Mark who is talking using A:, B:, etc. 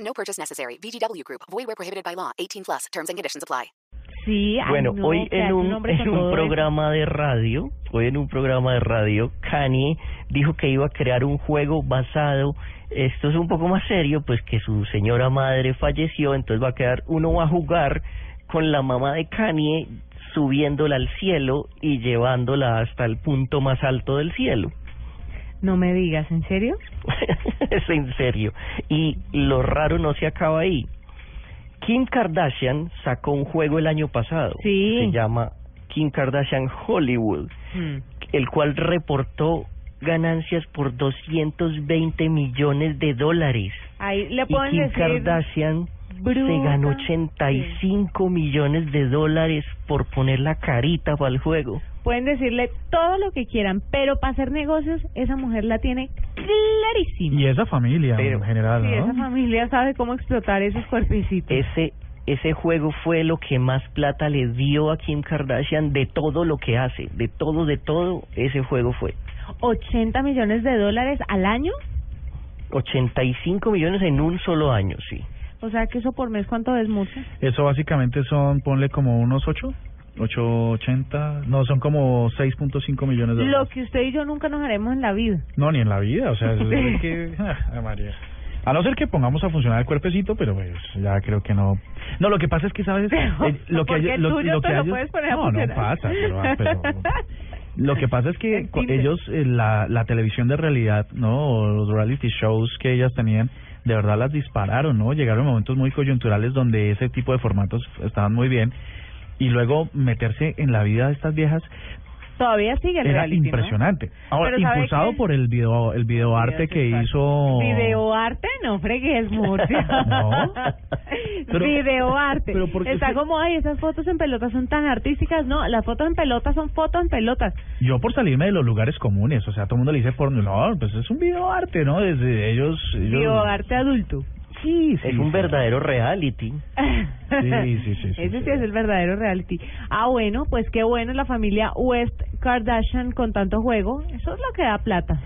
A: No purchase necessary. VGW Group. Void where prohibited by law. 18 plus. Terms and conditions apply.
B: Sí, ay,
C: Bueno,
B: no,
C: hoy
B: que
C: en
B: hace
C: un,
B: hombre
C: en
B: con
C: un
B: todo eso.
C: programa de radio, hoy en un programa de radio, Kanye dijo que iba a crear un juego basado, esto es un poco más serio, pues que su señora madre falleció, entonces va a quedar, uno va a jugar con la mamá de Kanye subiéndola al cielo y llevándola hasta el punto más alto del cielo.
B: No me digas, ¿en serio?
C: es en serio. Y lo raro no se acaba ahí. Kim Kardashian sacó un juego el año pasado.
B: Sí.
C: Se llama Kim Kardashian Hollywood,
B: Hmm.
C: el cual reportó ganancias por 220 millones de dólares.
B: Ahí le
C: Y
B: pueden
C: Kim
B: decir...
C: Kardashian se
B: bruta.
C: ganó 85 millones de dólares por poner la carita para el juego.
B: Pueden decirle todo lo que quieran, pero para hacer negocios esa mujer la tiene clarísima.
D: Y esa familia
C: Pero-
D: en general,
B: Sí,
D: ¿no?
B: esa familia sabe cómo explotar esos cuerpicitos.
C: Ese ese juego fue lo que más plata le dio a Kim Kardashian de todo lo que hace, de todo, de todo, ese juego fue.
B: 80 millones de dólares al año.
C: 85 millones en un solo año, sí.
B: O sea que eso por mes, ¿cuánto es mucho?
D: Eso básicamente son, ponle como unos 8, 880, no, son como 6.5 millones de
B: Lo
D: dólares.
B: que usted y yo nunca nos haremos en la vida.
D: No, ni en la vida, o sea, eso es que... ah, María. A no ser que pongamos a funcionar el cuerpecito, pero pues ya creo que no. No, lo que pasa es que, ¿sabes?
B: Pero,
D: Eh, lo que
B: porque
D: hay-
B: el
D: lo,
B: tuyo
D: lo
B: te
D: que
B: lo
D: hay-
B: puedes poner a
D: No, no
B: funcionar.
D: pasa, pero, ah, pero Lo que pasa es que
B: En
D: cu-
B: Tinder.
D: ellos, eh, la, la televisión de realidad, ¿no? O los reality shows que ellas tenían, de verdad las dispararon, ¿no? Llegaron momentos muy coyunturales donde ese tipo de formatos estaban muy bien. Y luego meterse en la vida de estas viejas
B: Todavía sigue el
D: era
B: reality, ¿no?
D: impresionante. Ahora,
B: Pero ¿sabe
D: impulsado
B: qué?
D: por el video, el videoarte que
B: sexual.
D: hizo...
B: Videoarte, no fregues, Murcia.
D: No. Pero-
B: Videoarte.
D: pero ¿por qué
B: Está
D: se-
B: como, ay, esas fotos en pelotas son tan artísticas. No, las fotos en pelotas son fotos en pelotas.
D: Yo por salirme de los lugares comunes, o sea, todo el mundo le dice porno, no, pues es un videoarte, ¿no? Desde ellos... ellos
B: Videoarte adulto.
D: Sí, sí,
C: es un
D: sí.
C: verdadero reality.
D: sí, sí, sí,
B: Ese sí,
D: sí.
B: es el verdadero reality. Ah, bueno, pues qué bueno la familia West Kardashian con tanto juego. Eso es lo que da plata.